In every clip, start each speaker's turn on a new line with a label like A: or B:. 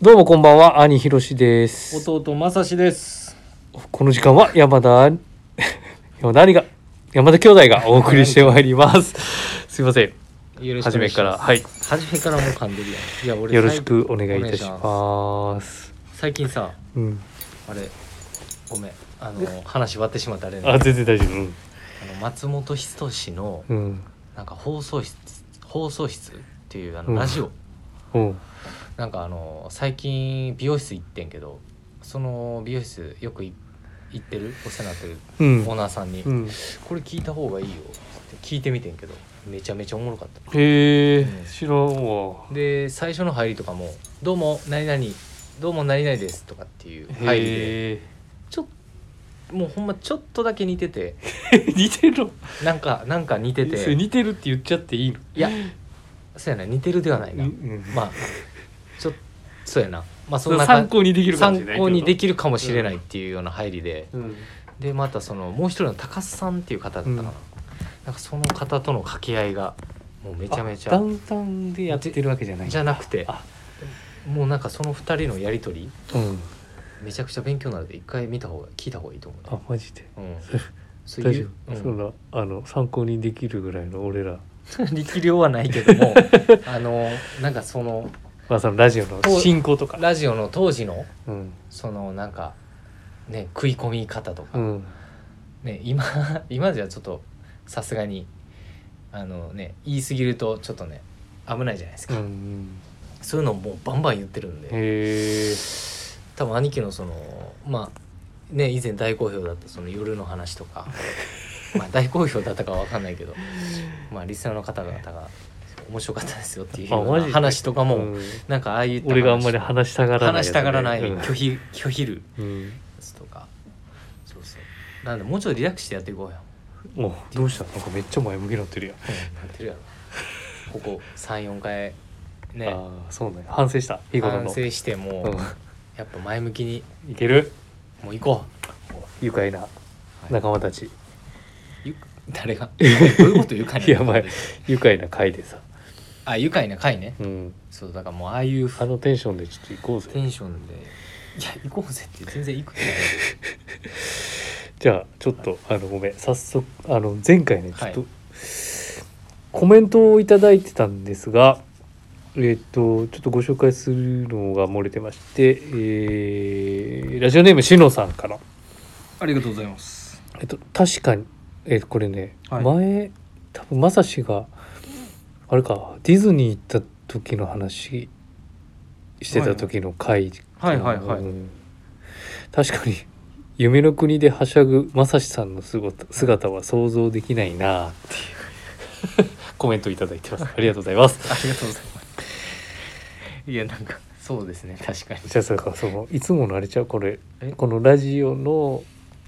A: どうもこんばんは、兄ひろしです。
B: 弟まさしです。
A: この時間は山田、 山田兄が、山田兄弟 がお送りしてまいります。すいません。
B: よ。
A: 初めから、はいい。
B: 初めからもう噛んでるやん。いや、俺
A: よろしくお願いいたし
B: お願いし
A: ます。
B: ます。最近さ、
A: うん。
B: あれ、ごめん、あの、話割ってしまったあれね
A: あ、全然大丈夫。うん
B: あの松本人志の、
A: うん。
B: なんか放送室、放送室っていう、あ
A: う
B: の、
A: ん
B: ラジオ。
A: うん。
B: なんかあの、最近、美容室行ってんけど、その美容室、よくい行ってる、お世話になってる
A: うん
B: オー。ナーさんに、
A: うん。
B: これ聞いた方がいいよって聞いてみてんけど、めちゃめちゃおもろかった。
A: へえ
B: う、ん
A: 知らんわ。
B: で最初の入りとかも「どうも何々どうも何々です」とかっていう入りで
A: へ
B: ちょもうほんまちょっとだけ似てて
A: え。 似てるの
B: なんかなんか似て
A: それ
B: てい
A: 似てるって言っちゃっていいの。
B: やそうやな似てるではないうなんまあちょそうやなまあそんな
A: 参
B: 感じ
A: 考にできるかもしれ
B: 参
A: ない。
B: 考にで
A: き
B: きるかもしれないっていうような入りで、
A: うん。
B: でまたそのもう一人の高須さんっていう方だったかな,、
A: うん
B: なんかその方との掛け合いがもうめちゃめち
A: あダ
B: ゃ
A: ウンタウンでやってるわけじゃない。
B: じゃなくて
A: あ
B: もうなんかその二人のやり取
A: う
B: り
A: ん。
B: めちゃくちゃ勉強になるので一回見た方が聞いた方がいいと思うね、
A: あ、マジで。
B: うん、そう
A: 大
B: い
A: 丈
B: う、
A: 夫、そんなあの参考にできるぐらいの俺ら、
B: うん、 力量はないけど もあのなんかその
A: まあ、そのラジオの
B: お
A: 進行とか、
B: ラジオの当時の
A: うん
B: そのなんかね食い込み方とか、
A: うん、
B: ね、今 今じゃちょっとさすがにあのね言い過ぎるとちょっとね危ないじゃないです
A: う
B: か、
A: ん、
B: そういうのをもうバンバン言ってるんで
A: へえ、
B: 多分兄貴のそのまあね以前大好評だったその夜の話 とかまあ大好評だったかは分かんないけどまあリスナーの方々が面白かったですよっていうよう
A: あマ
B: な
A: ジで
B: 話とかも、
A: うん
B: なんかああいう
A: 俺があんまり話したがらないやつ
B: 話したがらない、
A: うん
B: 拒否拒否る
A: うん
B: やつとかそうそうなんでもうちょっとリラックスしてやっていこうよ、
A: おどうしたなんかめっちゃ前向きになってるやん、
B: なんてるやろここ34回ね
A: ああそうね反省した日頃の
B: 反省しても、やっぱ前向きに
A: うん、いける
B: もう行こ
A: 愉快な仲間たち、
B: うゆ 誰がどういうこと愉快な
A: やばい愉快な会でさ、
B: あ愉快な回ね
A: うん、
B: そうだからもうああいう
A: あのテンションでちょっと行こうぜ
B: テンションで「いや行こうぜ」って全然行くよ
A: じゃあちょっとあのごめん早速あの前回ねちょ
B: は
A: っ
B: い
A: と、コメントをいただいてたんですがえっとちょっとご紹介するのが漏れてまして、えーラジオネームしのさんから
B: ありがとうございます
A: えっと確かにえこれね、
B: はい
A: 前多分まさしがあれかディズニー行った時の話してた時の回
B: はいはいはいはい
A: うん確かに夢の国ではしゃぐまさしさんの姿姿は想像できないなあっていう コメントいただいてますありがとうございます
B: ありがとうございますいやなんかそうですね確かに
A: じゃあそうかそのいつものあれちゃうこれ
B: え
A: このラジオの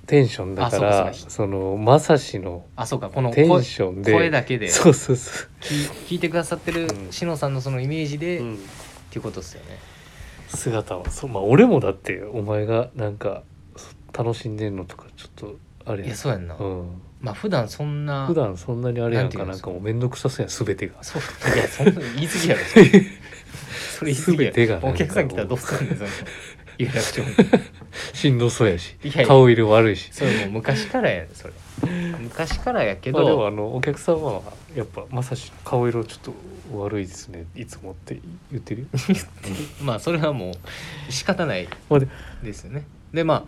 A: テンションだか
B: あそうからそうか
A: そのまさしの
B: あそうかこの
A: テ
B: 声
A: ンションで
B: 声だけで
A: そうそうそう
B: 聞聞いてくださってる
A: うん
B: しのさんのそのイメージで、
A: う
B: っ
A: ん
B: ていうことですよね
A: 姿はそうまあ俺もだってお前がなんかそ楽しんでんのとかちょっとあれ
B: いや
A: ん
B: そうやんな、
A: うん、
B: まあ普段そんな
A: 普段そんなにあれやんか
B: な
A: なんん
B: て
A: か
B: い
A: も
B: う
A: う面倒くさそうやん全てが
B: そういやそんな言い過ぎやろそれそれ言い過ぎや
A: 全てがなんか
B: お客さん来たらどうするんですか 有楽町に
A: しんどそうやし
B: いやいや
A: 顔色悪いし
B: それもう昔からやそれ 昔からやけ
A: まあでも
B: ど
A: あのお客様はやっぱまさしの顔色ちょっと悪いですねいつもって言ってる よ
B: まあそれはもう仕方ない
A: まあで
B: ですよねでま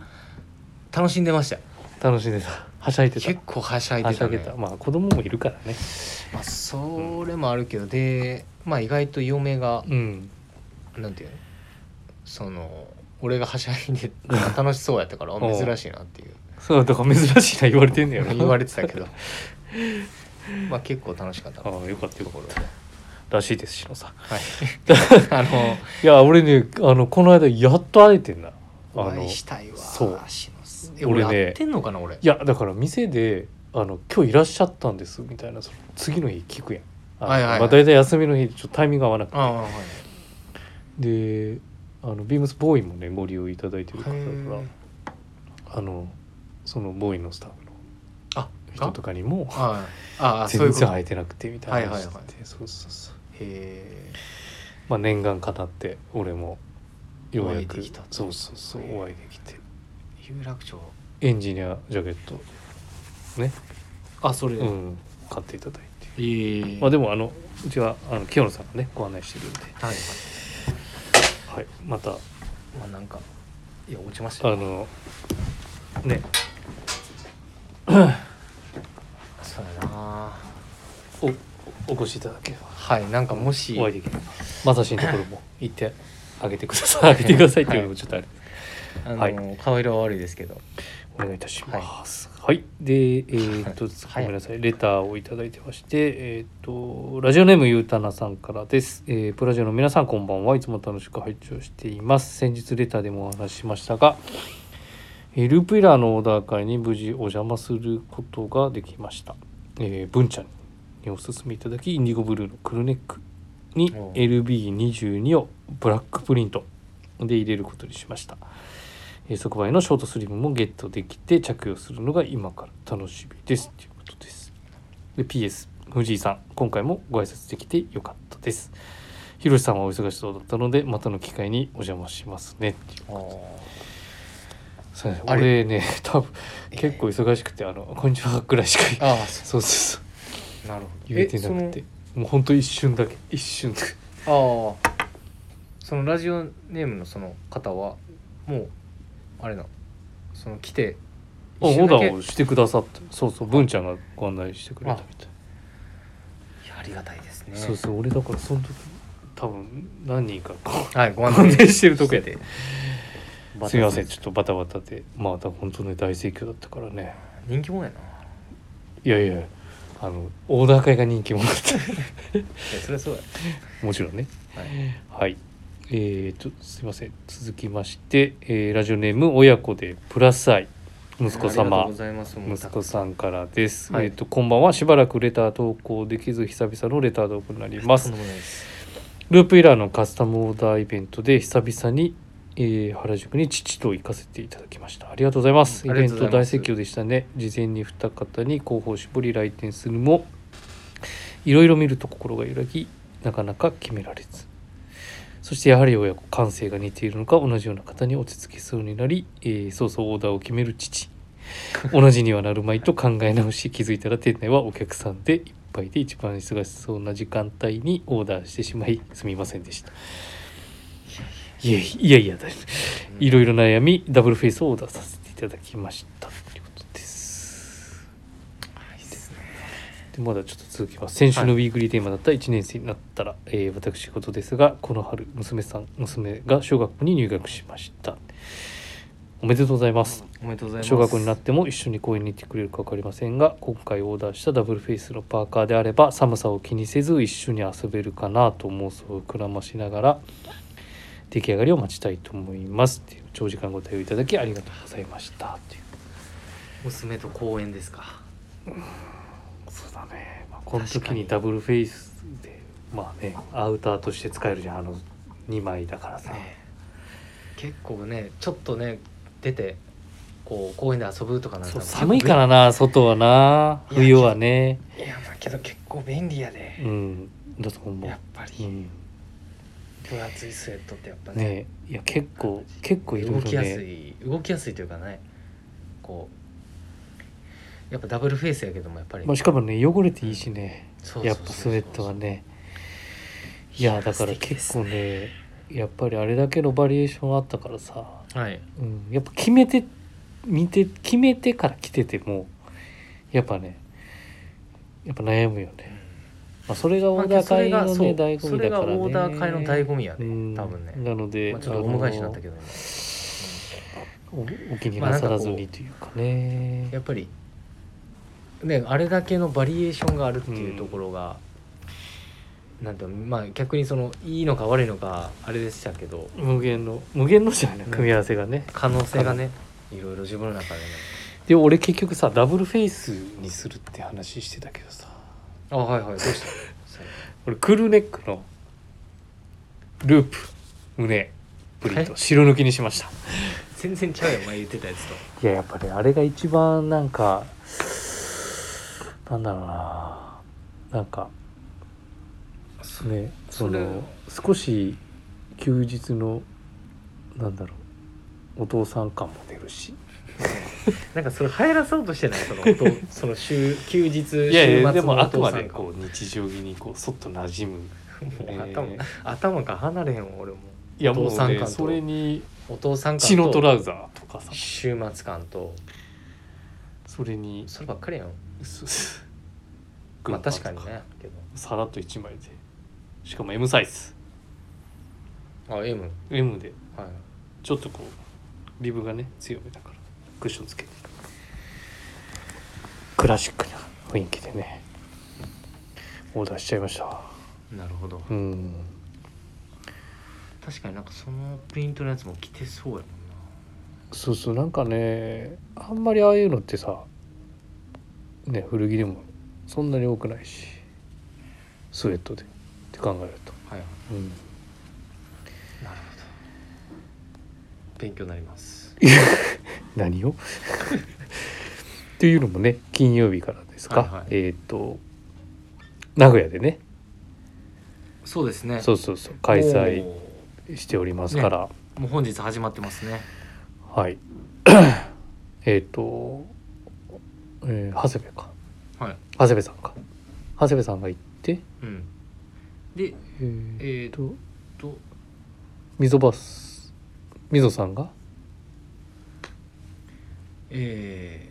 B: あ楽しんでました
A: 楽しんでたはしゃいでた
B: 結構はしゃい
A: は
B: で
A: しゃ
B: た,、
A: げ
B: ね
A: たまあ子供もいるからね
B: まあ、それもあるけどでまあ意外と嫁が
A: うん
B: なんていうのその俺がはしゃいで楽しそうやったから あ
A: おう
B: 珍しいなっていう
A: そうだから珍しいな言われてんねやろ
B: 言われてたけ どまあ結構楽しかった
A: あ
B: な
A: あよかった
B: と
A: よか
B: こ
A: っ
B: ろで
A: たらしいですしのさん
B: はいあの
A: いや俺ねあのこの間やっと会えてんなあ
B: お
A: の
B: 会い
A: い
B: したいわ
A: そう
B: しのすえ
A: 俺
B: 俺
A: ね
B: やってんのかな俺
A: やだから店であの「今日いらっしゃったんです」みたいなその次の日聞くやんあの
B: はいはいはい
A: まあ、大体休みの日ちょっとタイミング合わなくて
B: ああはい
A: であのビームスボーイもねご利用いただいてる方だから
B: へえ
A: あのそのボーイのスタッフの
B: あ
A: 人とかにも
B: あああそう
A: 全
B: いうこと
A: 然
B: へ
A: 会えてなくてみたいな話してて
B: はいはい
A: そうそうそう
B: え
A: まあ念願かなって俺もよう
B: お会
A: や
B: い
A: く
B: できたと
A: そうそうそうお会いできて
B: 有楽町
A: エンジニアジャケットね、
B: あそれ
A: う
B: え
A: ん、買っていただいて
B: え
A: まあで
B: も
A: もあのうちはあの清野さんがねご案内してるんで、
B: はい
A: はい、またあ
B: まあなんかいや落ちましたよ
A: のね
B: そうやな
A: おお越しいただければ
B: はいなんかもし
A: お会いできればまさしのところ も行ってあげてくださいあげてくださいっていうのもちょっとあれ、
B: あの、
A: はい
B: 顔色は悪いですけど
A: お願いいたします。はい、で、えーっと、
B: はい
A: ごめんなさい、レターをいただいてまして、えーっと、ラジオネームゆうたなさんからです。えープラジオの皆さん、こんばんはいつも楽しく拝聴しています。先日レターでもお話ししましたが。えーループイラーのオーダー会に無事お邪魔することができました。えー文ちゃんにお勧めいただき、インディゴブルーのクルネックに
B: おう
A: LB22 をブラックプリントで入れることにしました。えー即売のショートスリムもゲットできて着用するのが今から楽しみですということです。で PS 藤井さん今回もご挨拶できてよかったです。ひろしさんはお忙しそうだったのでまたの機会にお邪魔しますねっていう。そうですね
B: あれ
A: 俺ね多分結構忙しくてあの「こんにちは」ぐらいしか言
B: ああそ
A: そうそうそう
B: うなるほど
A: 言えてなくてもうほんと一瞬だけ 一瞬だけ
B: えそのああそのラジオネームのその方はもうあれなその来て
A: あオ
B: 一瞬
A: ー
B: だ
A: ダ
B: け
A: ーをしてくださってそうそう文ちゃんがご案内してくれたみたい
B: いやありがたいですね
A: そうそう俺だからその時多分何人かこう
B: はいご 案
A: ご案
B: 内
A: 内してるとこやで。
B: バタつ
A: すみませんちょっとバタバタでまあ本当ね大盛況だったからね
B: 人気者やない
A: やいやあのオーダー会が人気者だっ
B: いやそれはそうや
A: た もちろんね
B: は
A: は
B: い
A: いえー、とすいません続きまして、えーラジオネーム親子でプラス愛息子
B: ありがとう
A: 様
B: ございますもう
A: 息子さんからです、
B: は
A: え
B: い
A: ー、とこんばんはしばらくレター投稿できず久々のレター投稿になります
B: とんでもないです
A: ループイラーのカスタムオーダーイベントで久々に、えー原宿に父と行かせていただきましたありがとうございます
B: うん
A: イ
B: あり
A: ベ
B: が
A: ン
B: とうござ
A: ト
B: いま
A: 大
B: す
A: 盛況でしたね事前に二方に候補を絞り来店するもいろいろ見ると心が揺らぎなかなか決められずそしてやはり親子感性が似ているのか同じような方に落ち着きそうになり、えー、そうそうオーダーを決める父同じにはなるまいと考え直し気づいたら店内はお客さんでいっぱいで一番忙しそうな時間帯にオーダーしてしまいすみませんでしたいやいやいやだいろいろ悩みダブルフェイスをオーダーさせていただきましたということです
B: いいですね
A: でまだちょっと続きます先週のウィークリーテーマだった1年生になったら、えー私事ですがこの春娘さん娘が小学校に入学しましたおめでとうございます
B: おめでとうございます
A: 小学校になっても一緒に公園に行ってくれるか分かりませんが今回オーダーしたダブルフェイスのパーカーであれば寒さを気にせず一緒に遊べるかなと妄想を膨らましながら出来上がりを待ちたいと思いますっていう長時間ご対応いただきありがとうございましたっていう
B: 娘と公園ですか
A: そうだね、まあ、この
B: 確
A: 時
B: か
A: に
B: に
A: ダブルフェイスでまあねアウターとして使えるじゃんあの2枚だからさ、
B: ね結構ねちょっとね出てこう公園で遊ぶとかなん
A: そう寒いからな外はない
B: や
A: 冬はね
B: いやまあけど結構便利やで
A: うんだと思う
B: やっぱ
A: う
B: り
A: ん
B: 分厚いスウェットってやっぱね
A: ねいや結構結構いろいろ
B: 動きやす
A: ね
B: い動きやすいというかねこうやっぱダブルフェイスやけどもやっぱり
A: まあ、しかもね汚れていいしね
B: そうそうそうそう
A: やっぱスウェットはねいやだから結構ねやっぱりあれだけのバリエーションあったからさ、
B: はい
A: うん、やっぱ決めて見て決めてから着ててもやっぱねやっぱ悩むよね、まあ、それがオーダー会のね醍醐
B: そ
A: 味
B: れ
A: だか
B: が
A: らね
B: オーダー会の醍醐味や
A: う
B: ね、
A: ん
B: 多分ね、
A: なので、
B: まあ、ちょっとお迎えしになったけ
A: ど
B: どね、
A: おお気になさらずにというかね、
B: やっぱりねあれだけのバリエーションがあるっていうところが、なんていうのまあ逆にそのいいのか悪いのかあれでしたけど
A: 無限の無限のじゃないな
B: うん
A: 組み合わせがね、
B: 可能性がねいろいろ自分の中でね
A: で俺結局さダブルフェイスにするって話してたけどさ
B: あはいはいどうした
A: 俺クルーネックのループ胸プリント
B: え
A: 白抜きにしました
B: 全然ちゃうよ前言ってたやつと
A: いややっぱりあれが一番なんかなんだろうななんかねそ
B: それ
A: の少し休日のなんだろうお父さん感も出るし
B: なんかそれ流行らそうとしてないその お父その週休日週
A: いやい
B: 末
A: やで
B: の
A: も
B: お
A: あく
B: 父
A: ま
B: さ
A: で
B: んかも
A: こう日常着にこうそっと馴染む
B: う頭
A: えー
B: 頭が離れへんわ俺も
A: いやも
B: お父さ
A: うんね
B: 感と
A: それに
B: お父さん
A: 血の
B: 感
A: トラ
B: と
A: ウザーとかさ
B: 週末感と
A: それ に
B: そればっかりやん
A: す
B: まあ確かに
A: 軍配
B: ねけど
A: とさらっと1枚でしかも M サイズ
B: あ M はい
A: M でちょっとこうリブがね強めだからクッションつけてクラシックな雰囲気でねオーダーしちゃいました
B: なるほど
A: うん
B: 確かになんかそのプリントのやつも着てそうやもんな
A: そうそうなんかねあんまりああいうのってさね古着でもそんなに多くないしスウェットでって考えると、
B: はいはい
A: うん、
B: なるほど勉強になります
A: 何をっていうのもね金曜日からですか、
B: はいはい
A: えーっ、と名古屋でね
B: そうですね
A: そうそうそう開催
B: も
A: しておりますから、
B: うもう本日始まってますね
A: はい えーっと、えー長谷部か
B: はい
A: 長谷部さんか長谷部さんが行って
B: うんで
A: えー
B: えー、っ
A: と
B: と
A: 溝バス溝さんが
B: え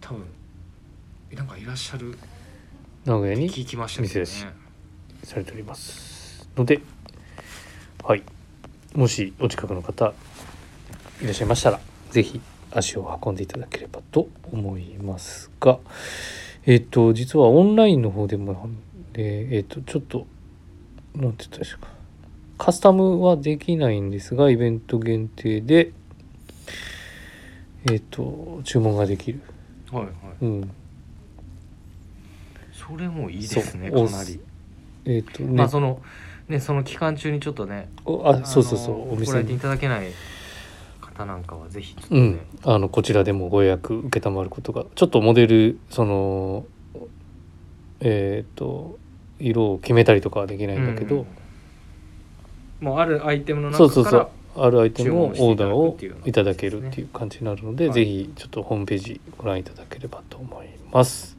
B: ー、多分なんかいらっしゃる
A: 名古屋に
B: 聞きましたけど
A: 店
B: ね
A: だしされておりますのではいもしお近くの方いらっしゃいましたら是非足を運んでいただければと思いますがえっ、と実はオンラインの方でもでえっ、とちょっとなんて言ったらいいですかカスタムはできないんですがイベント限定でえっ、と注文ができる、
B: はいはい
A: うん、
B: それもいいですねか
A: そう
B: なり
A: えっ、とね、
B: まあそのねその期間中にちょっとね
A: おあそうそうそ
B: あの
A: うお
B: ご来
A: 店
B: 店
A: に
B: いただけない方なんかはぜひちょっと
A: う
B: ね、
A: ん、あのこちらでもご予約承ることがちょっとモデルそのえっ、と色を決めたりとかはできないんだけど、
B: うんもうあるアイテムの中か
A: そう
B: ら
A: そうそうあるアイテムのオ
B: 注文して
A: ーダーを
B: いただくっていうようない
A: ただけるっていう感じになるので、
B: はい
A: ぜひちょっとホームページご覧いただければと思います。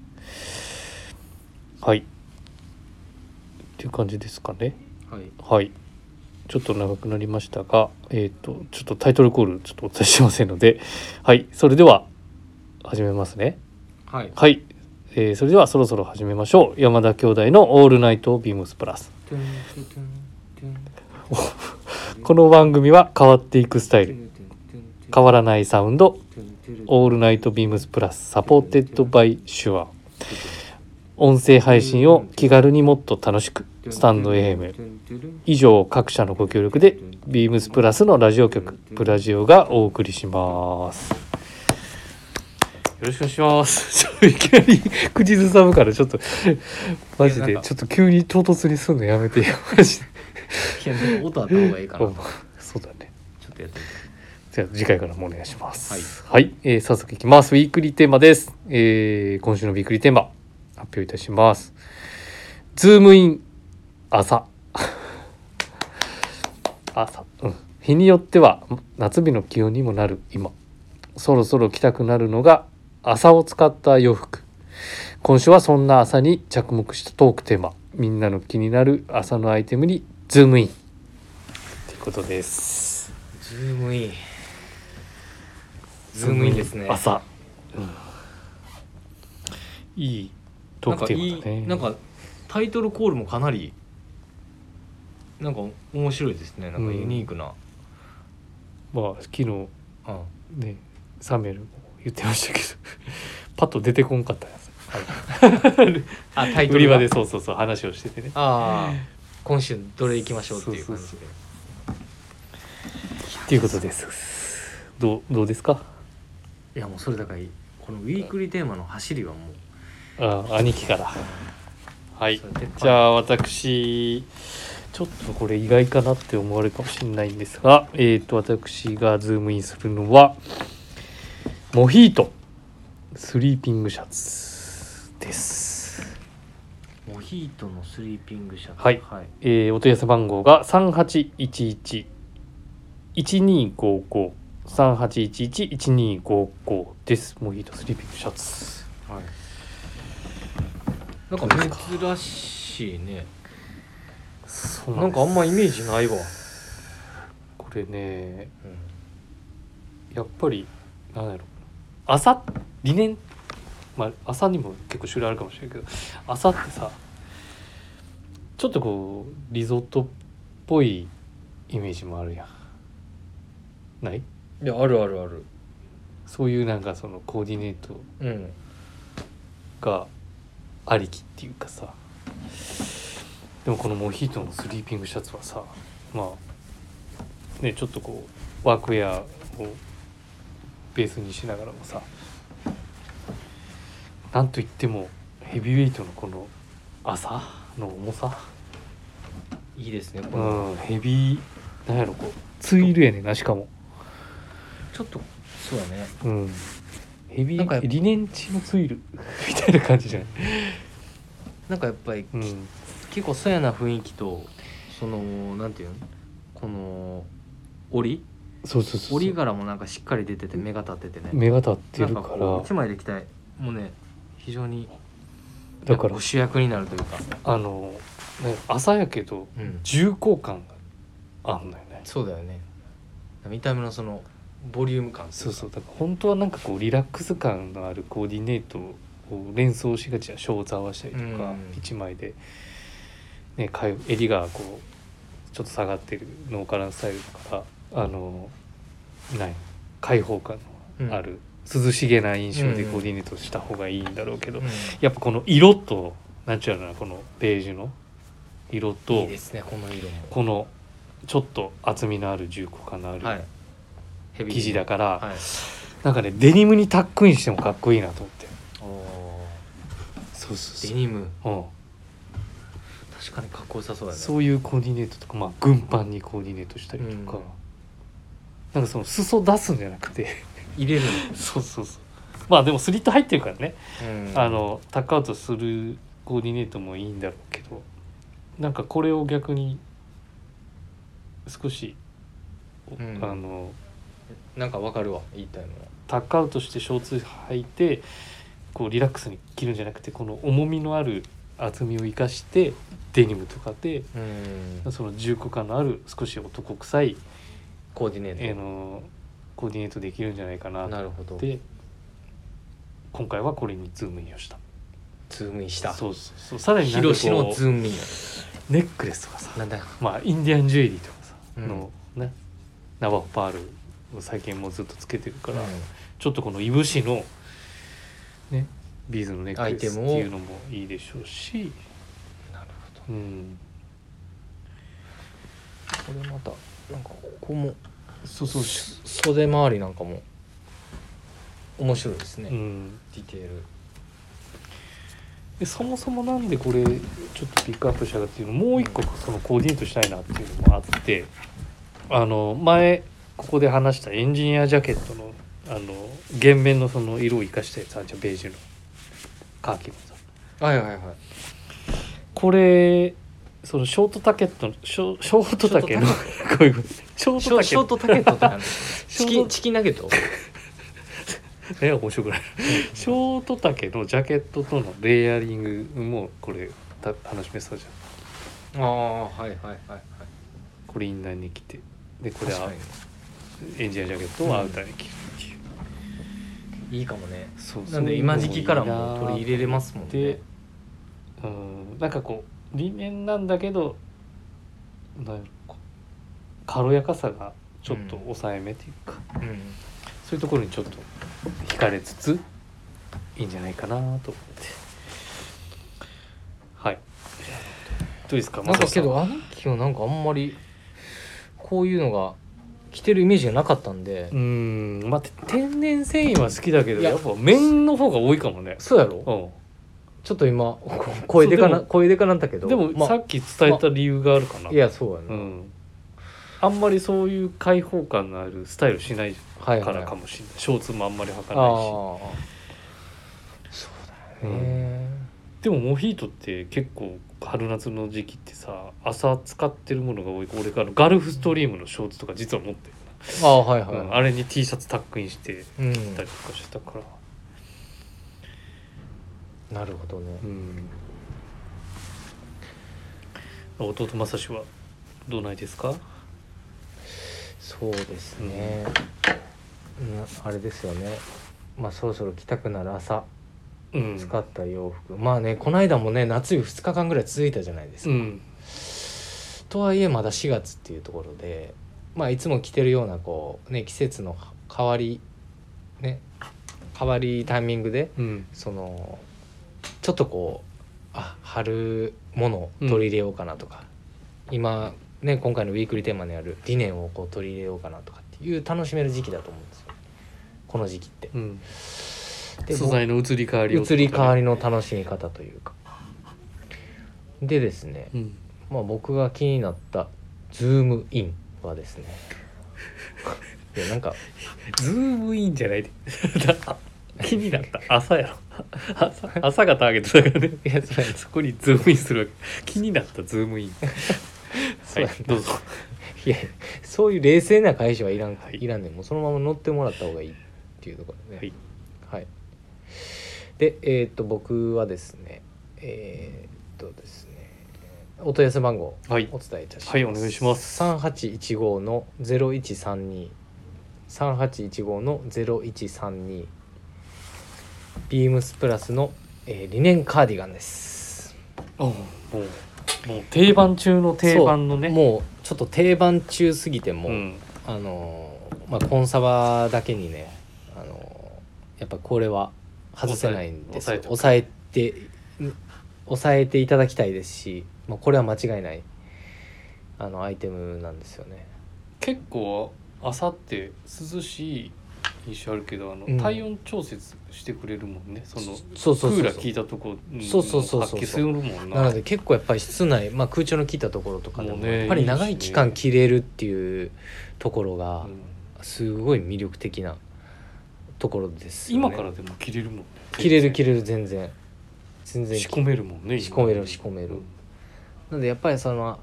A: はいっていう感じですかね。
B: はい
A: はい。ちょっと長くなりましたが、えっ、と、ちょっとタイトルコールちょっとお伝えしませんので、 はい。それでは、始めますね。
B: はい
A: はい。えーそれではそろそろ始めましょう。山田兄弟のオールナイトビームスプラス。
B: トゥントゥトゥントゥン
A: この番組は変わっていくスタイル。変わらないサウンド。オールナイトビームスプラスサポーテッドバイシュア。音声配信を気軽にもっと楽しく。スタンド AM。以上各社のご協力でビームスプラスのラジオ局プラジオがお送りしますよろしくお願いしますちょっといきなり口ずさむからちょっとマジ
B: いや
A: で
B: なんか
A: ちょっと急に唐突にすんのやめてよマジで
B: いやでも音あった方がいいかな
A: う
B: ちょ
A: んそうだね
B: っとやってみ
A: じゃあ次回からもお願いしますはい、えー早速いきますウィークリーテーマです、えー今週のウィークリーテーマ発表いたしますズームイン朝 朝うん日によっては夏日の気温にもなる今そろそろ着たくなるのが朝を使った洋服今週はそんな朝に着目したトークテーマみんなの気になる朝のアイテムにズームインということです
B: たズームインズームインですね
A: 朝、いいトークテーマだね
B: なんかいいなんかタイトルコールもかなりなんか面白いですねなんかユニークな、
A: まあ昨日
B: うん
A: ねサメルも言ってましたけど パッと出てこんかったやつ
B: あタイトルが
A: 売り場でそうそうそう話をしててね
B: ああ今週どれ行きましょうっていう感じで
A: そうっていうことですどうどうですか
B: いやもうそれだからこのウィークリーテーマの走りはもう
A: あ兄貴からはい
B: それで
A: じゃあ私ちょっとこれ意外かなって思われるかもしれないんですがえっ、と私がズームインするのはモヒートスリーピングシャツです
B: モヒートのスリーピングシャツ
A: はい
B: はい
A: えーお問い合わせ番号が3811 125538111255ですモヒートスリーピングシャツ
B: はいなんか珍しいね
A: そう
B: なんかあんまイメージないわ、
A: これね
B: うん
A: やっぱりなんやろ朝理念まあ朝にも結構種類あるかもしれないけど朝ってさちょっとこうリゾートっぽいイメージもあるやんない
B: いやあるあるある
A: そういうなんかそのコーディネート
B: うん
A: がありきっていうかさでもこのモヒートのスリーピングシャツはさまあねちょっとこうワークウェアをベースにしながらもさなんといってもヘビーウェイトのこの朝の重さ、
B: いいですねこ
A: う
B: の、
A: ん、ヘビーなんやろこうツイールやねんなしかも、
B: ちょっとそうだね
A: うん、ヘビ
B: なんかやっ
A: ー
B: ぱ
A: リネンチのツイールみたいな感じじゃない、
B: なんかやっぱり、
A: うん、
B: 結構そやな雰囲気とそのなんていうのこの折
A: そうそうそうそう
B: 折り柄もなんかしっかり出てて目が立っててね
A: 目が立って
B: なん
A: る
B: か
A: か
B: こ
A: ら
B: う一枚で着たいもうね非常に
A: だから
B: なん主役になるというか、
A: あのね朝やけど
B: うん、
A: 重厚感があんのよね
B: そうだよね見た目のそのボリューム感
A: そうそうだから本当はなんかこうリラックス感のあるコーディネートを連想しがちやショーツ合わしたりと
B: う
A: か
B: ん
A: 一枚で、ね、かよ襟がこうちょっと下がってるノーカラースタイルだからあのない開放感のある、涼しげな印象でコーディネートした方がいいんだろうけど、
B: うん
A: やっぱこの色となんちゅうのかなこのベージュの色と。
B: いいですねこの色も
A: このちょっと厚みのある重厚感のあ
B: は
A: る
B: いヘビー
A: 生地だから、
B: はい
A: なんかねデニムにタックインしてもかっこいいなと思って
B: お
A: そうそ
B: ーデニム
A: う、うん
B: 確かにかっこよさそうだね
A: そういうコーディネートとか、まあ、軍パンにコーディネートしたりとか、
B: うん
A: なんかその裾出すんじゃなくて
B: 入れる
A: そうそうそうまあでもスリット入ってるからね、
B: の、
A: あのタックアウトするコーディネートもいいんだろうけどなんかこれを逆に少し、
B: うん
A: あの
B: なんかわかるわ言いたいのは
A: タックアウトしてショーツ履いてこうリラックスに着るんじゃなくてこの重みのある厚みを生かしてデニムとかで
B: うん
A: その重厚感のある少し男臭い、
B: コーディネ
A: えー
B: ー
A: のコーディネートできるんじゃないかな
B: トな
A: と
B: るほど
A: 思って今回はこれにズームインをした
B: ズームインした
A: そうそうそうさらになんか
B: 広しの
A: こ
B: ズームインや
A: うネックレスとかさ
B: なんだよ
A: まあインディアンジュエリーとかさの、ねナバホパールを最近もうずっとつけてるから、ちょっとこのいぶしのねビーズのネックレスっていうのもいいでしょうし、
B: なるほど
A: うん、
B: これまたなんかここも
A: そう
B: そう袖周りなんかも面白いですね、
A: うん、
B: ディテール
A: でそもそもなんでこれちょっとピックアップしたかっていうのもう一個そのコーディネートしたいなっていうのもあってあの前ここで話したエンジニアジャケットのあの原面のその色を生かしたやつあんじゃんベージュのカーキのさ
B: はいはいはい
A: これそのショートタケットのショショートタケの こういうことショ
B: ショショー
A: ート
B: トタ
A: タ
B: ケ
A: ケッ
B: ット
A: ト
B: ってなんだチキン
A: シ
B: チキンナゲット
A: ョートえ面白くないショート丈のジャケットとのレイヤリングもこれた話し目そうじゃん
B: ああはいはいはいはい
A: これインナーに着てでこれ
B: 確
A: は
B: か
A: エンジニアジャケットをアウターに着るっていう、
B: にいいかもね
A: そう
B: なんで今時期からも取り入れれますもんね
A: でうんなんかこう理念なんだけどなんかこう軽やかさがちょっと抑えめというか、
B: うん
A: そういうところにちょっと惹かれつついいんじゃないかなと思ってはいどうですか
B: なんか
A: マサさ
B: けどあの時はなんかあんまりこういうのが着てるイメージがなかったんで、
A: うーんまあて天然繊維は好きだけど
B: いや
A: やっぱ綿の方が多いかもね
B: そうやろ
A: う
B: ちょっと今こ声でかな
A: そうでも
B: 声でかなんだけど
A: んでも
B: まあ
A: さっき伝えた理由があるかな、
B: いやそうや
A: う
B: な、
A: んあんまりそういう開放感のあるスタイルしない
B: はい
A: か
B: はい、
A: らかもしれないショーツもあんまり履か
B: ああ
A: ないし
B: そうだ
A: う
B: よ
A: ん
B: ね、
A: でもモヒートって結構春夏の時期ってさ朝使ってるものが多い俺があのガルフストリームのショーツとか実は持ってる
B: ああはい
A: な、うん
B: は
A: あれに T シャツタックインして
B: い、うん
A: 着たりとかしてたから、
B: なるほどね
A: うん、弟正志はどうないですか
B: そうですね、うん、あれですよねまあそろそろ着たくなる朝
A: うん
B: 使った洋服、まあねこの間もね夏日2日間ぐらい続いたじゃないです
A: うん
B: か、とはいえまだ4月っていうところでまあいつも着てるようなこうね季節の変わりね変わりタイミングで
A: うん
B: そのちょっとこうあ春物を取り入れようかなとか、今ね今回のウィークリーテーマにある理念をこう取り入れようかなとかっていう楽しめる時期だと思うんですよこの時期って。
A: うん
B: で
A: 素材の移り変わりを
B: 移り変わりの楽しみ方というか。でですね、
A: うん
B: まあ、僕が気になったズームインはで すねいやなんか
A: ズームインじゃない でだ気になった朝やろ朝朝がターゲットだからね
B: いやそうや
A: そこにズームインするわけ気になったズームインは
B: そう
A: い
B: や
A: どうぞ
B: いやそういう冷静な返しはいらん、
A: はい
B: い、らんねんもうそのまま乗ってもらった方がいいっていうところでねはい、でえーっと僕はですねえーっとですねお問い合わせ番号
A: はい
B: お伝えいたします
A: はいお願いします
B: 3815の0132 3815の0132ビームスプラスの、えーリネンカーディガンです
A: おうもうもう定番中の定番のねう
B: もうちょっと定番中すぎてもう、
A: ん
B: あのーまあコンサバだけにね、あのーやっぱこれは外せないんですよ
A: 抑
B: 抑えてん抑えていただきたいですし、まあ、これは間違いないあのアイテムなんですよね
A: 結構朝って涼しい印象あるけどあの、
B: うん
A: 体温調節してくれるもんねその
B: そうそうそうそう
A: クーラー効いたとこに
B: そうそうそうそう
A: 発揮するもんな
B: なので結構やっぱり室内、まあ、空調の効いたところとかで
A: も
B: も
A: うね
B: やっぱり長
A: いい
B: い
A: しね
B: 期間着れるっていうところ
A: う
B: が
A: ん
B: すごい魅力的なところですよね、
A: 今からでも着れるもんね
B: 着れる着
A: れ
B: れる全然全然
A: 仕込めるもんね
B: 仕込める仕込めるなんでやっぱりその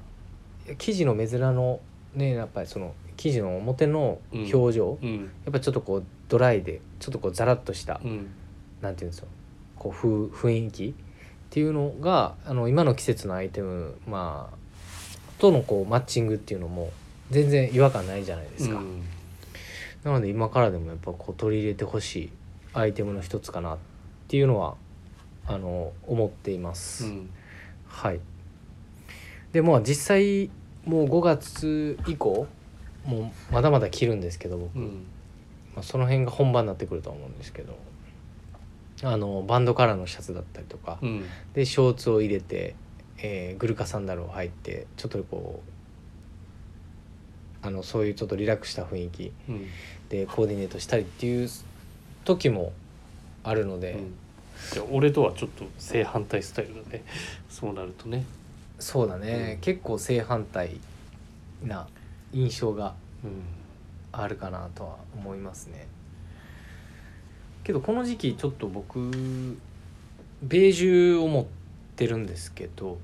B: 生地の目面のねやっぱりその生地の表の表情、
A: うんうん
B: やっぱりちょっとこうドライでちょっとこうザラッとした、
A: うん
B: なんていうんですよこうふ雰囲気っていうのがあの今の季節のアイテムまあとのこうマッチングっていうのも全然違和感ないじゃないですか、
A: うん
B: なので今からでもやっぱこう取り入れてほしいアイテムの一つかなっていうのはあの思っています、
A: うん
B: はいでも実際もう5月以降もうまだまだ着るんですけど僕、
A: うん
B: まあ、その辺が本番になってくるとは思うんですけどあのバンドカラーのシャツだったりとか、
A: うん
B: でショーツを入れて、えーグルカサンダルを履いてちょっとこうあのそういうちょっとリラックスした雰囲気
A: うん
B: でコーディネートしたりっていう時もあるので、
A: うんじゃあ俺とはちょっと正反対スタイルだねそうなるとね
B: そうだね、
A: うん
B: 結構正反対な印象が
A: うん
B: あるかなとは思いますねけどこの時期ちょっと僕ベージュを持ってるんですけど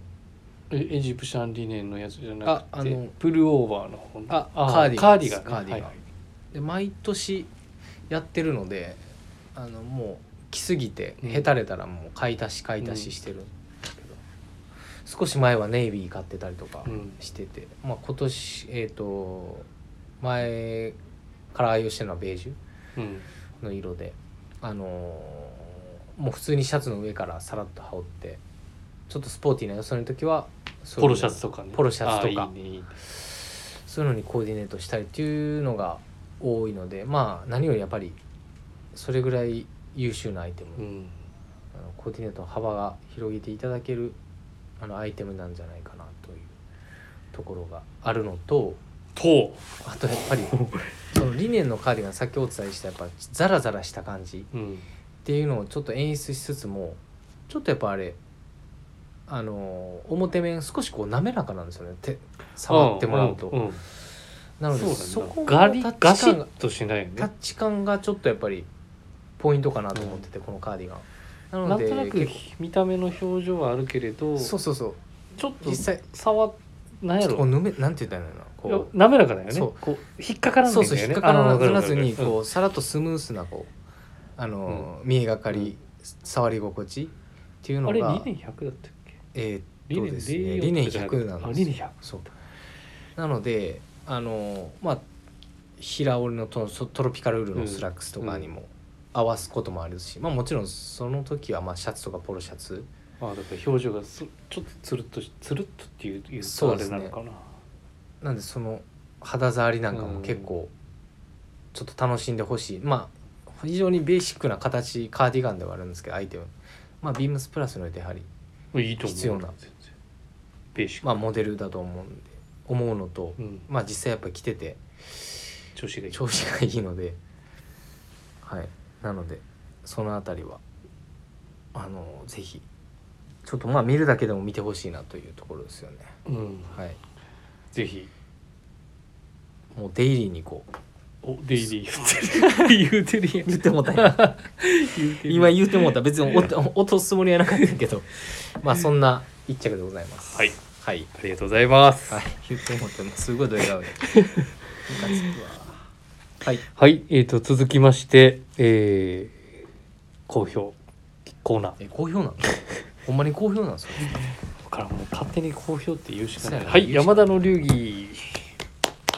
A: えエジプシャンリネンのやつじゃな
B: あ
A: く
B: あ
A: て
B: の
A: プルオーバーの方の
B: あ
A: ー
B: カーディガン
A: カーディガンね
B: カーディガン
A: はい
B: で毎年やってるのであのもう着すぎて
A: うん
B: へたれたらもう買い足し買い足ししてるんだけど、少し前はネイビー買ってたりとか
A: うん
B: してて、まあ、今年えっ、と前から愛用してるのはベージ
A: う
B: ュ
A: ん
B: の色であのーもう普通にシャツの上からさらっと羽織ってちょっとスポーティーな予想の時はそう
A: ポ
B: い
A: ロ
B: うの
A: シャツとかね
B: ポロシャツとか
A: あーいいねいいね
B: そういうのにコーディネートしたりっていうのが多いのでまあ何よりやっぱりそれぐらい優秀なアイテム、
A: うん
B: あのコーディネートの幅が広げていただけるあのアイテムなんじゃないかなというところがあるのと
A: と
B: あとやっ ぱりその理念のカーディガン先ほどお伝えしたやっぱザラザラした感じ
A: うん
B: っていうのをちょっと演出しつつもちょっとやっぱあれあの表面少しこう滑らかなんですよね手触ってもらうと、
A: んんん
B: なので
A: そう
B: そ
A: だね
B: こ
A: ガ
B: の
A: リ
B: タッ
A: ガ
B: チ
A: シ
B: 感
A: ッ
B: が
A: としないよ
B: タッ
A: ね
B: チ感がちょっとやっぱりポイントかなと思ってて、このカーディガンな
A: な
B: の
A: ん
B: で
A: となく
B: 結
A: 見た目の表情はあるけれど
B: 構そうそうそう
A: ちょっと
B: 実際
A: 触っなんや
B: ちょっとこう
A: ろ
B: ぬめなんて言ったらいいの
A: いや
B: こう
A: 滑らかだよね
B: そう
A: こう引っかからないんだ
B: そう
A: よね
B: そう引っかから
A: あの
B: ずに
A: わかるわかる
B: こうさらっとスムースなこうあのー見えがかり触り心地っていう
A: うん
B: の
A: あれ
B: が
A: 理念100だったっけ
B: えーっ
A: 理
B: と
A: 念
B: ですね
A: 04
B: 理念
A: じゃなく
B: 100
A: て
B: なん
A: あ
B: です
A: 理
B: よ
A: 念100
B: そうなのであのまあ平織りのトそトロピカルウールのスラックスとかにも合わすこともあるし、まあもちろんその時はまあシャツとかポロシャツ
A: まあだから表情がすちょっとつるっとしつるっとっていういう
B: そ
A: と
B: う
A: あ
B: で
A: れ
B: すね
A: なのかな
B: なんでその肌触りなんかも結構ちょっと楽しんでほしい、まあ非常にベーシックな形カーディガンではあるんですけどアイテムまあビームスプラスにおいてやはり
A: いいと思う
B: 必要な
A: 全然ベーシック、
B: まあモデルだと思うんで思うのと、
A: うん、
B: まあ実際やっぱ着てて
A: 調子がいい
B: 調子がいいのではいなのでそのあたりはあのぜひちょっとまあ見るだけでも見てほしいなというところですよね
A: うん、
B: はい
A: ぜひ
B: もうデイリーにこう
A: おデイリー言ってる言うてるやん
B: 言ってもうたんや
A: 言うてる
B: 今言うてもうた別に落と落とすつもりはなかったけどまあそんな一着でございます
A: はい
B: はい、
A: ありがとうございます
B: はい、言ってもうたすごいドヤ顔でムカつくわはい
A: はい、えー、と続きまして、えー、好評コーナー
B: え好評なのほんまに好評なんですか
A: だからもう勝手に好評って言うしかない
B: そうやな
A: はい山田の流儀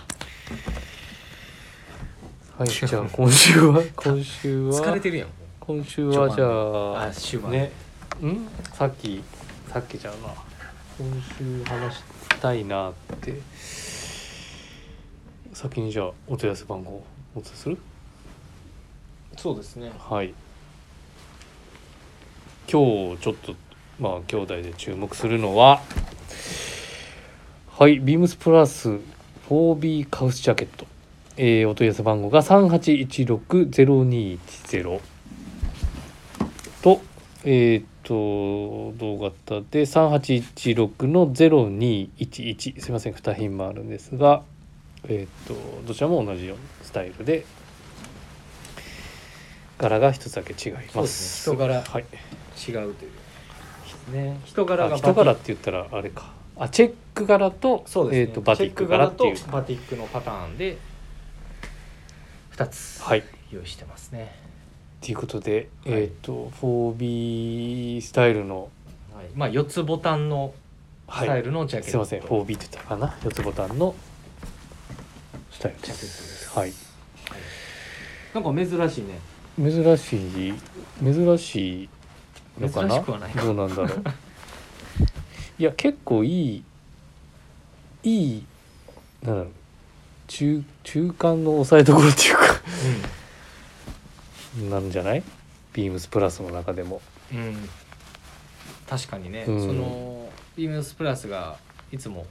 A: はいじゃあ今週は今週は
B: 疲れてるやんも
A: 今週はじ
B: う
A: ゃ
B: あ
A: あ
B: 終盤、
A: ねんさっきさっきじゃうな今週話したいなって先にじゃあお問い合わせ番号お伝えする
B: そうですね
A: はい今日ちょっとまあ兄弟で注目するのははいビームスプラス 4B カウスジャケット、えーお問い合わせ番号が38160210とえっ、と同型で3816の0211すいません2品もあるんですがえっ、とどちらも同じようなスタイルで柄が一つだけ違います
B: そうですね人柄
A: はい
B: 違うという
A: ね
B: 人柄が
A: あ人柄って言ったらあれかあチェック柄と,、
B: そうで
A: え
B: すね、
A: ー、とバティック柄っていう
B: チェック柄とバティックのパターンで2つ
A: はいっ
B: 用意してますね、
A: ていうことで、
B: はい
A: えっ、と 4B スタイルの
B: はいまあ4つボタンの
A: は
B: ス
A: い
B: タイルのジャケッ
A: すい
B: ト、
A: ません 4B って言ったかな四つボタンのスタイルで
B: ジャケットですす
A: はい
B: なんか珍しいね
A: 珍しい珍しいのかな
B: 珍しくはないか
A: どうなんだ ろういや結構いいいいなんだろう中中間の抑えどころっていうかなんじゃないビームスプラスの中でも
B: うん、うん確かにね、
A: うん
B: そのビームスプラスがいつも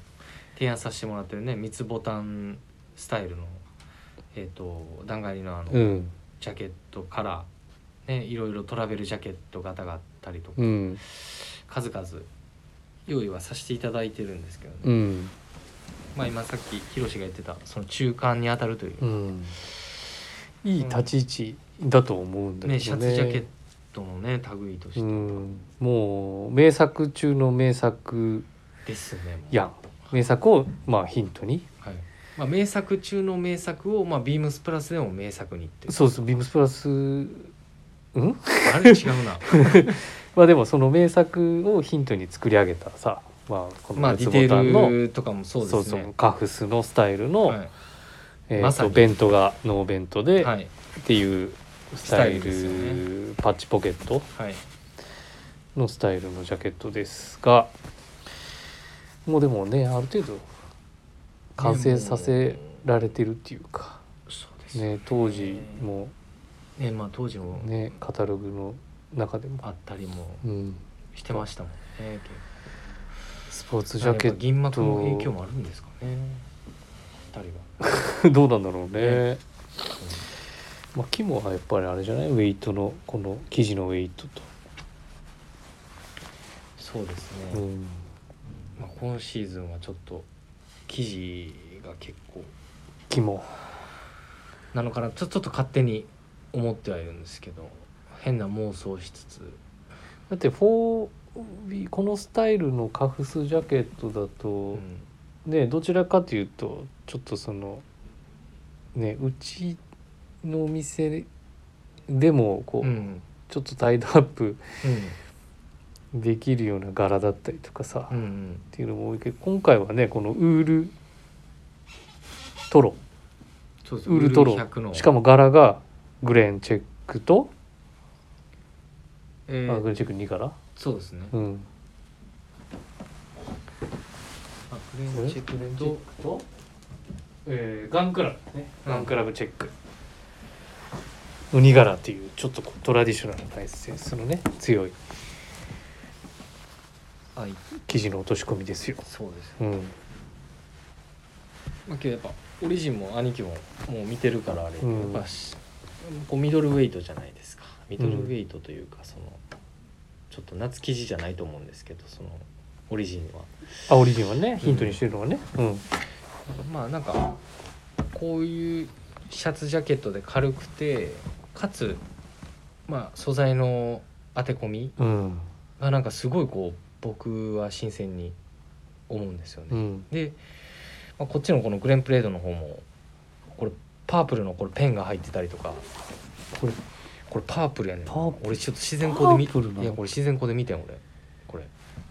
B: 提案させてもらってるね三つボタンスタイルのえっ、と段階のあの、
A: うん
B: ジャケットからねいろいろトラベルジャケット型があったりとか、
A: うん
B: 数々用意はさせていただいてるんですけどね、
A: うん
B: まあ今さっきヒロシが言ってたその中間に当たるという
A: う、んいい立ち位置だと思うんだけどね
B: ねシャツジャケットのね類として
A: うんもう名作中の名作
B: ですね、もう
A: やん名作をまあヒントに
B: はいまあ、名作中の名作を、まあ、ビームスプラスでも名作にっていう
A: そうそうビームスプラス うん
B: あれ違 うな
A: まあでもその名作をヒントに作り上げたさまあこ
B: ま
A: の
B: あ
A: レ
B: デ
A: ッツボ
B: ィテ
A: タンの、
B: ールとかもそうです
A: そ
B: ね
A: うそうカフスのスタイルの、
B: は
A: えー
B: まさ
A: と
B: に
A: ベントがノーベントで、
B: い、はい
A: っていうスタイル
B: スタイルですよね
A: パッチポケット
B: はい、
A: のスタイルのジャケットですがもうでもねある程度完成させられてるっていうか、
B: そうですね
A: ね、当時も
B: ねまあ当時も
A: ねカタログの中でも、
B: あったりも
A: うん、
B: してましたもんね結構
A: スポーツジャケッ
B: 銀幕の影響もあるんですかね二人が
A: ト どうなんだろうね
B: ね。
A: まあ、キモはやっぱりあれじゃないウェイトのこの生地のウェイトと、
B: そうですね、
A: うん、
B: まあ、今シーズンはちょっと生地が結構
A: キモ
B: なのかなちょちょっと勝手に思ってはいるんですけど変な妄想をしつつ
A: だって 4B このスタイルのカフスジャケットだと、
B: うん
A: ねどちらかというとちょっとそのねうちのお店でもこう、
B: うん
A: ちょっとタイドアップできるような柄だったりとかさ、
B: うんう
A: っ
B: ん
A: ていうのも多いけど今回はねこのウールトロ
B: そうです
A: ウールトロ
B: 100の
A: しかも柄がグレーンチェックと、
B: え
A: あグレー
B: ー
A: ンチェック2柄、
B: そうですね
A: うん、
B: あクレーンチェックと
A: と、えーガンクラブね
B: うん
A: ガンクラブチェックの2柄っていうちょっとこうトラディショナルなエッセンスのね強い
B: はい
A: 生地の落とし込みですよ、
B: そうです
A: うん、
B: まあ、けどやっぱオリジンも兄貴ももう見てるからあれ、
A: うん
B: やっぱしこうミドルウェイトじゃないですかミドルウェイトというかその、ちょっと夏生地じゃないと思うんですけどそのオリジンは
A: あオリジンはねヒントにしてるのはね、うん
B: まあなんかこういうシャツジャケットで軽くてかつまあ素材の当て込み
A: うん
B: がなんかすごいこう僕は新鮮に思うんですよね、
A: うん
B: で、まあ、こっちのこのグレンプレードの方もこれパープルのこれペンが入ってたりとかこれこれパープルやねん
A: パープル
B: 俺ちょっと自然光で見
A: パープルなの
B: いやこれ自然光で見てん俺これ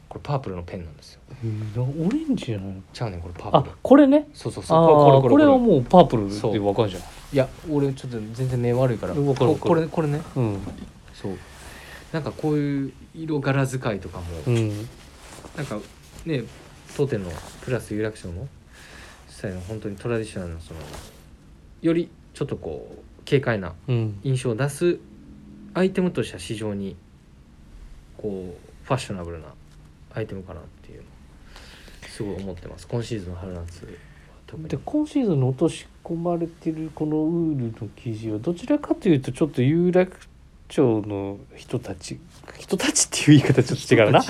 B: これパープルのペンなんですよ
A: えーなオレンジじゃないの
B: ちゃうねんこれパー
A: あ
B: プル
A: これね
B: そうそうそ
A: あ
B: う
A: ー
B: こ
A: こ
B: れこれ
A: れは
B: これ
A: もうパープル
B: そう
A: でわかるじゃん
B: いや俺ちょっと全然目悪いから
A: わかるわかる
B: ここれこれね
A: うん
B: そうなんかこういう色柄使いとかも、
A: うん
B: なんかね当店のプラス有楽町の主催の本当にトラディショナルのそのよりちょっとこう軽快な
A: うん
B: 印象を出すアイテムとしては非常にこうファッショナブルなアイテムかなっていうのすごい思ってます今シーズンの春夏は特に
A: で今シーズンの落とし込まれてるこのウールの生地はどちらかというとちょっと有楽町の人たち人たちっていう言い方ちょっと違うな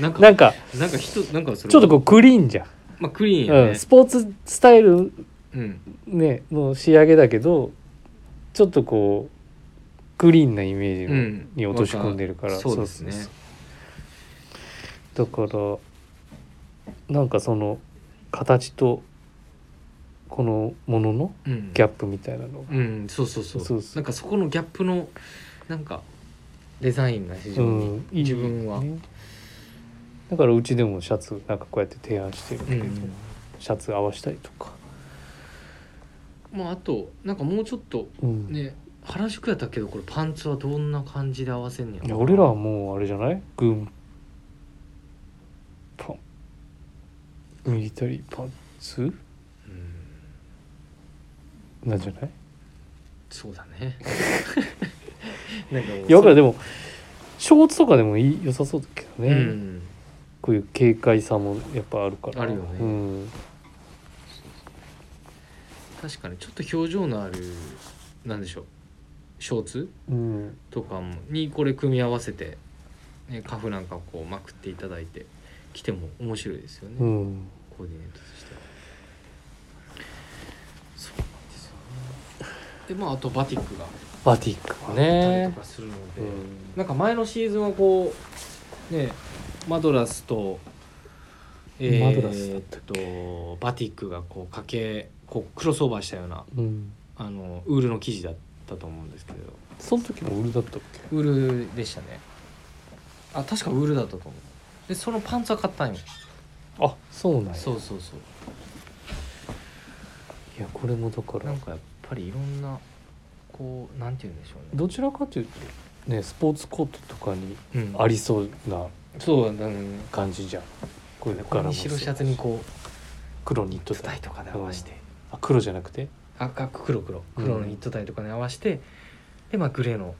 B: なんか
A: なんか
B: なんか人なんかそれ
A: ちょっとこうクリーンじゃん、
B: まあクリーン
A: う
B: や
A: ん、
B: ね
A: スポーツスタイル、
B: うん
A: ね、の仕上げだけどちょっとこうクリーンなイメージの、
B: うん
A: に落とし込んでるから
B: そうですね
A: そうだからなんかその形とこのものの
B: うん
A: ギャップみたいなのが
B: うんそうそうそう
A: そうそう
B: なんかそこのギャップのなんかデザインが非常
A: う
B: に、
A: ん、
B: 自分は、
A: ねだからうちでもシャツなんかこうやって提案してるんだけど、
B: うん
A: シャツ合わしたりとか、
B: まああとなんかもうちょっと
A: うん
B: ね原宿やったけどこれパンツはどんな感じで合わせんねや
A: いや
B: ろな
A: 俺らはもうあれじゃない軍パンミリタリーパンツ
B: うん
A: なんじゃない
B: そうだ ねなんかもう
A: いやだからでもショーツとかでもいい良さそうだけどね、
B: うん
A: こういう軽快さもやっぱあるから
B: あるよね
A: うん
B: 確かにちょっと表情のあるなんでしょうショーツ
A: うん、
B: とかもにこれ組み合わせて、ね、カフなんかこうまくっていただいて着ても面白いですよね、
A: うん、
B: コーディネートとしてはそうなんですよねでまああとバティックが
A: バティッ
B: あ
A: ク
B: ったり
A: ね
B: とかするので、
A: うん
B: なんか前のシーズンはこうねマドラスとえー
A: マドラスだったっ
B: とバティックがこう掛けこうクロスオーバーしたような
A: うん
B: あのウールの生地だったと思うんですけど
A: その時もウールだったっけ
B: ウールでしたねあ確かウールだったと思うでそのパンツは買ったんよ、
A: あそうなんや
B: そうそうそう
A: いやこれもだから
B: なんかやっぱりいろんなこうなんて言うんでしょうね
A: どちらかというとねスポーツコートとかに
B: うん
A: ありそうな
B: そうだね
A: 感じじゃんこういう
B: こ
A: 柄
B: れ
A: も
B: に白シャツにこ
A: 黒ニッ
B: う
A: ト
B: スタイとかで合わせて、
A: あ黒じゃなくて、
B: 赤黒黒黒のニットタイとかに合わせて、でまあグレーの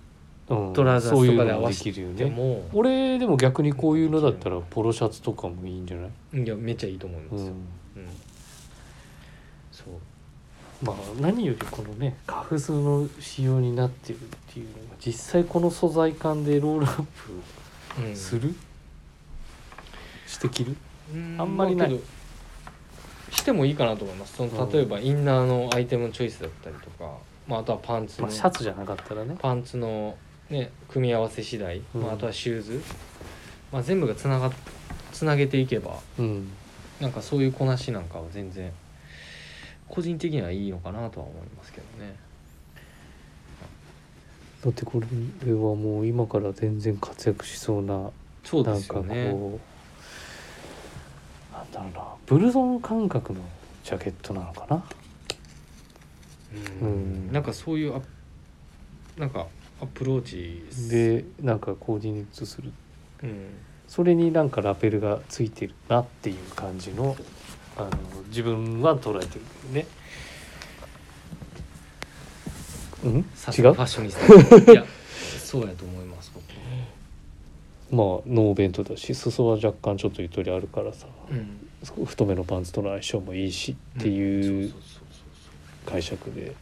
A: うん
B: トラウザー
A: そうい
B: ス
A: う
B: と
A: の
B: かで合
A: も
B: わ
A: で
B: せて
A: きるよ
B: で
A: ね
B: も
A: 俺でも逆にこういうのだったらポロシャツとかもいいんじゃない、
B: いやめっちゃいいと思いま
A: う
B: す
A: ん、
B: よ、うんそう
A: まあ何よりこのねカフスの仕様になってるっていうのが実際この素材感でロールアッ
B: う
A: プ
B: ん
A: する、して着る
B: うん
A: あんまりない
B: けどしてもいいかなと思いますその
A: うん
B: 例えばインナーのアイテムのチョイスだったりとか、まあ、あとはパンツ
A: ま
B: の、
A: あシャツじゃなかったらね
B: パンツのね、組み合わせ次第、
A: うん
B: まあ、あとはシューズ、まあ、全部がつながつなげていけば
A: うん
B: なんかそういうこなしなんかは全然個人的にはいいのかなとは思いますけどね
A: だってこれはもう今から全然活躍しそうな
B: そう
A: な
B: で
A: ん
B: す
A: かこ
B: よね
A: うなんだろうなブルゾン感覚のジャケットなのかな
B: うん
A: うん
B: なんかそういうあなんかアプローチす、
A: でなんかコーディネートする
B: うん、
A: それになんかラベルがついてるなっていう感じのあの自分は捉えてるんだよね。うん違
B: さすが
A: う
B: ファッショニス タいやそうやと思います僕は
A: まあノーベントだし裾は若干ちょっとゆとりあるからさ
B: うん
A: すごい太めのパンツとの相性もいいしって
B: う
A: い
B: ん
A: う
B: そうそうそう
A: 解釈で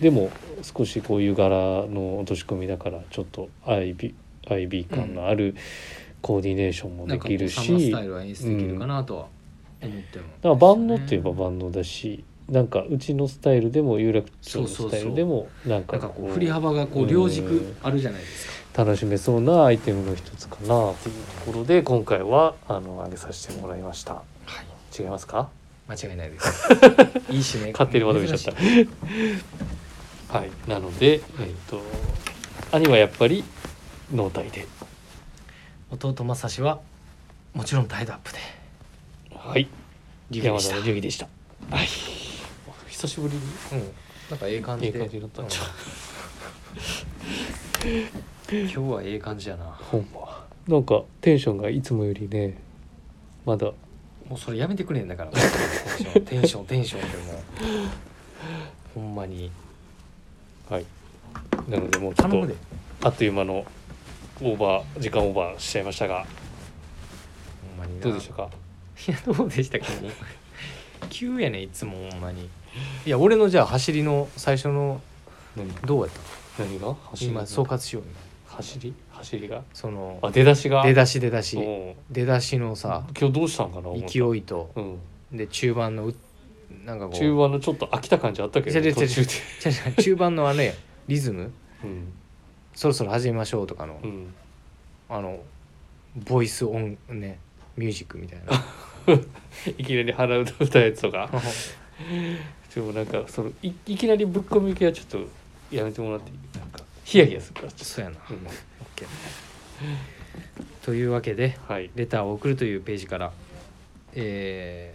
A: でも少しこういう柄の落とし込みだからちょっとアイビアイビー感のあるコーディネーション
B: そ
A: も
B: うな
A: で
B: んか
A: き
B: こう
A: る
B: サ
A: し、
B: マースタイルは演出できるかなとは思っても、
A: だから万能って言えば万能だし、なんかうちのスタイルでも有楽町のスタイルでもなん
B: な
A: か
B: んかこ
A: こ
B: う
A: う
B: 振り幅がこ
A: うん
B: う両軸あるじゃないですか
A: 楽しめそうなアイテムの一つかなっていうところで今回はあの上げさせてもらいました
B: はい
A: 違いますか
B: 間違いないです いいしね
A: 勝手にまとめちゃったはいなので、えっと兄はやっぱり脳体で
B: 弟正志はもちろんタイドアップで
A: はい
B: 流儀で
A: 山
B: し
A: 田
B: た
A: の流儀でしたはい久しぶりに
B: うんなんかええ感
A: い
B: じ
A: い
B: で
A: 感じだった
B: うん今日はええ感じやな
A: ほんまなんかテンションがいつもよりねまだ
B: もうそれやめてくれんだ からテンションテンションテンションってもうほんまに
A: はいなのでもうちょっ
B: 頼む
A: と
B: で
A: あっという間のオーバー時間オーバーしちゃいましたが
B: ほんまにな
A: どうでしたか
B: いやどうでしたかもう急やねいつもほんまにいや俺のじゃあ走りの最初の
A: 何
B: どうやった
A: 何が走り
B: 今総括しようよ
A: 走り走りが
B: その
A: あ出だしが
B: 出だし出だし
A: うん
B: 出だしのさ
A: 今日どうしたんかな思った
B: 勢いと
A: うん
B: で中盤のうなんかこう
A: 中盤のちょっと飽きた感じあったけど
B: 違う違う違う
A: 途中で
B: 違う違う中盤のあれリズム
A: うん
B: そろそろ始めましょうとかの、
A: うん
B: あのボイスオンねミュージックみたいな
A: いきなり鼻歌歌うやつとかでもなんかそのいいきなりぶっ込み系はちょっとやめてもらっていいなんかヒヤヒヤするからちょっ
B: そうやな
A: と、うん
B: オッケーというわけで
A: はい
B: レターを送るというページから、え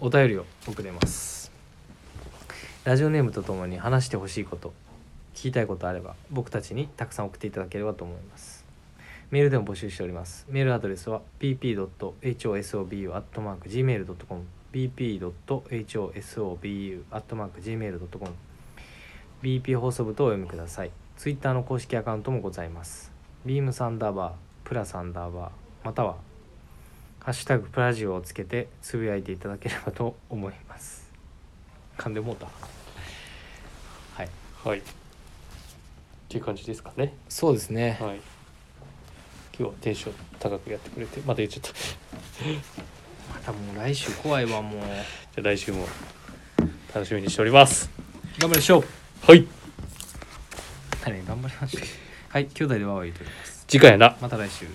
B: ーお便りを送れますラジオネームとともに話してほしいこと聞きたいことあれば僕たちにたくさん送っていただければと思いますメールでも募集しておりますメールアドレスは bp.hosobu.gmail.com bp.hosobu.gmail.com bp 放送部とお読みくださいツイッターの公式アカウントもございますビームサンダーバープラサンダーバーまたは「ハッシュタグプラジオ」をつけてつぶやいていただければと思います噛んでもうたはい
A: はいっていう感じですかね
B: そうですね
A: はい今日はテンション高くやってくれてまた言っちゃった
B: またもう来週怖いわも
A: じ
B: う
A: ゃあ来週も楽しみにしております
B: 頑張りましょう
A: はい
B: 何頑張りましょうはい兄弟でワーワー言っております
A: 次回やな
B: また来週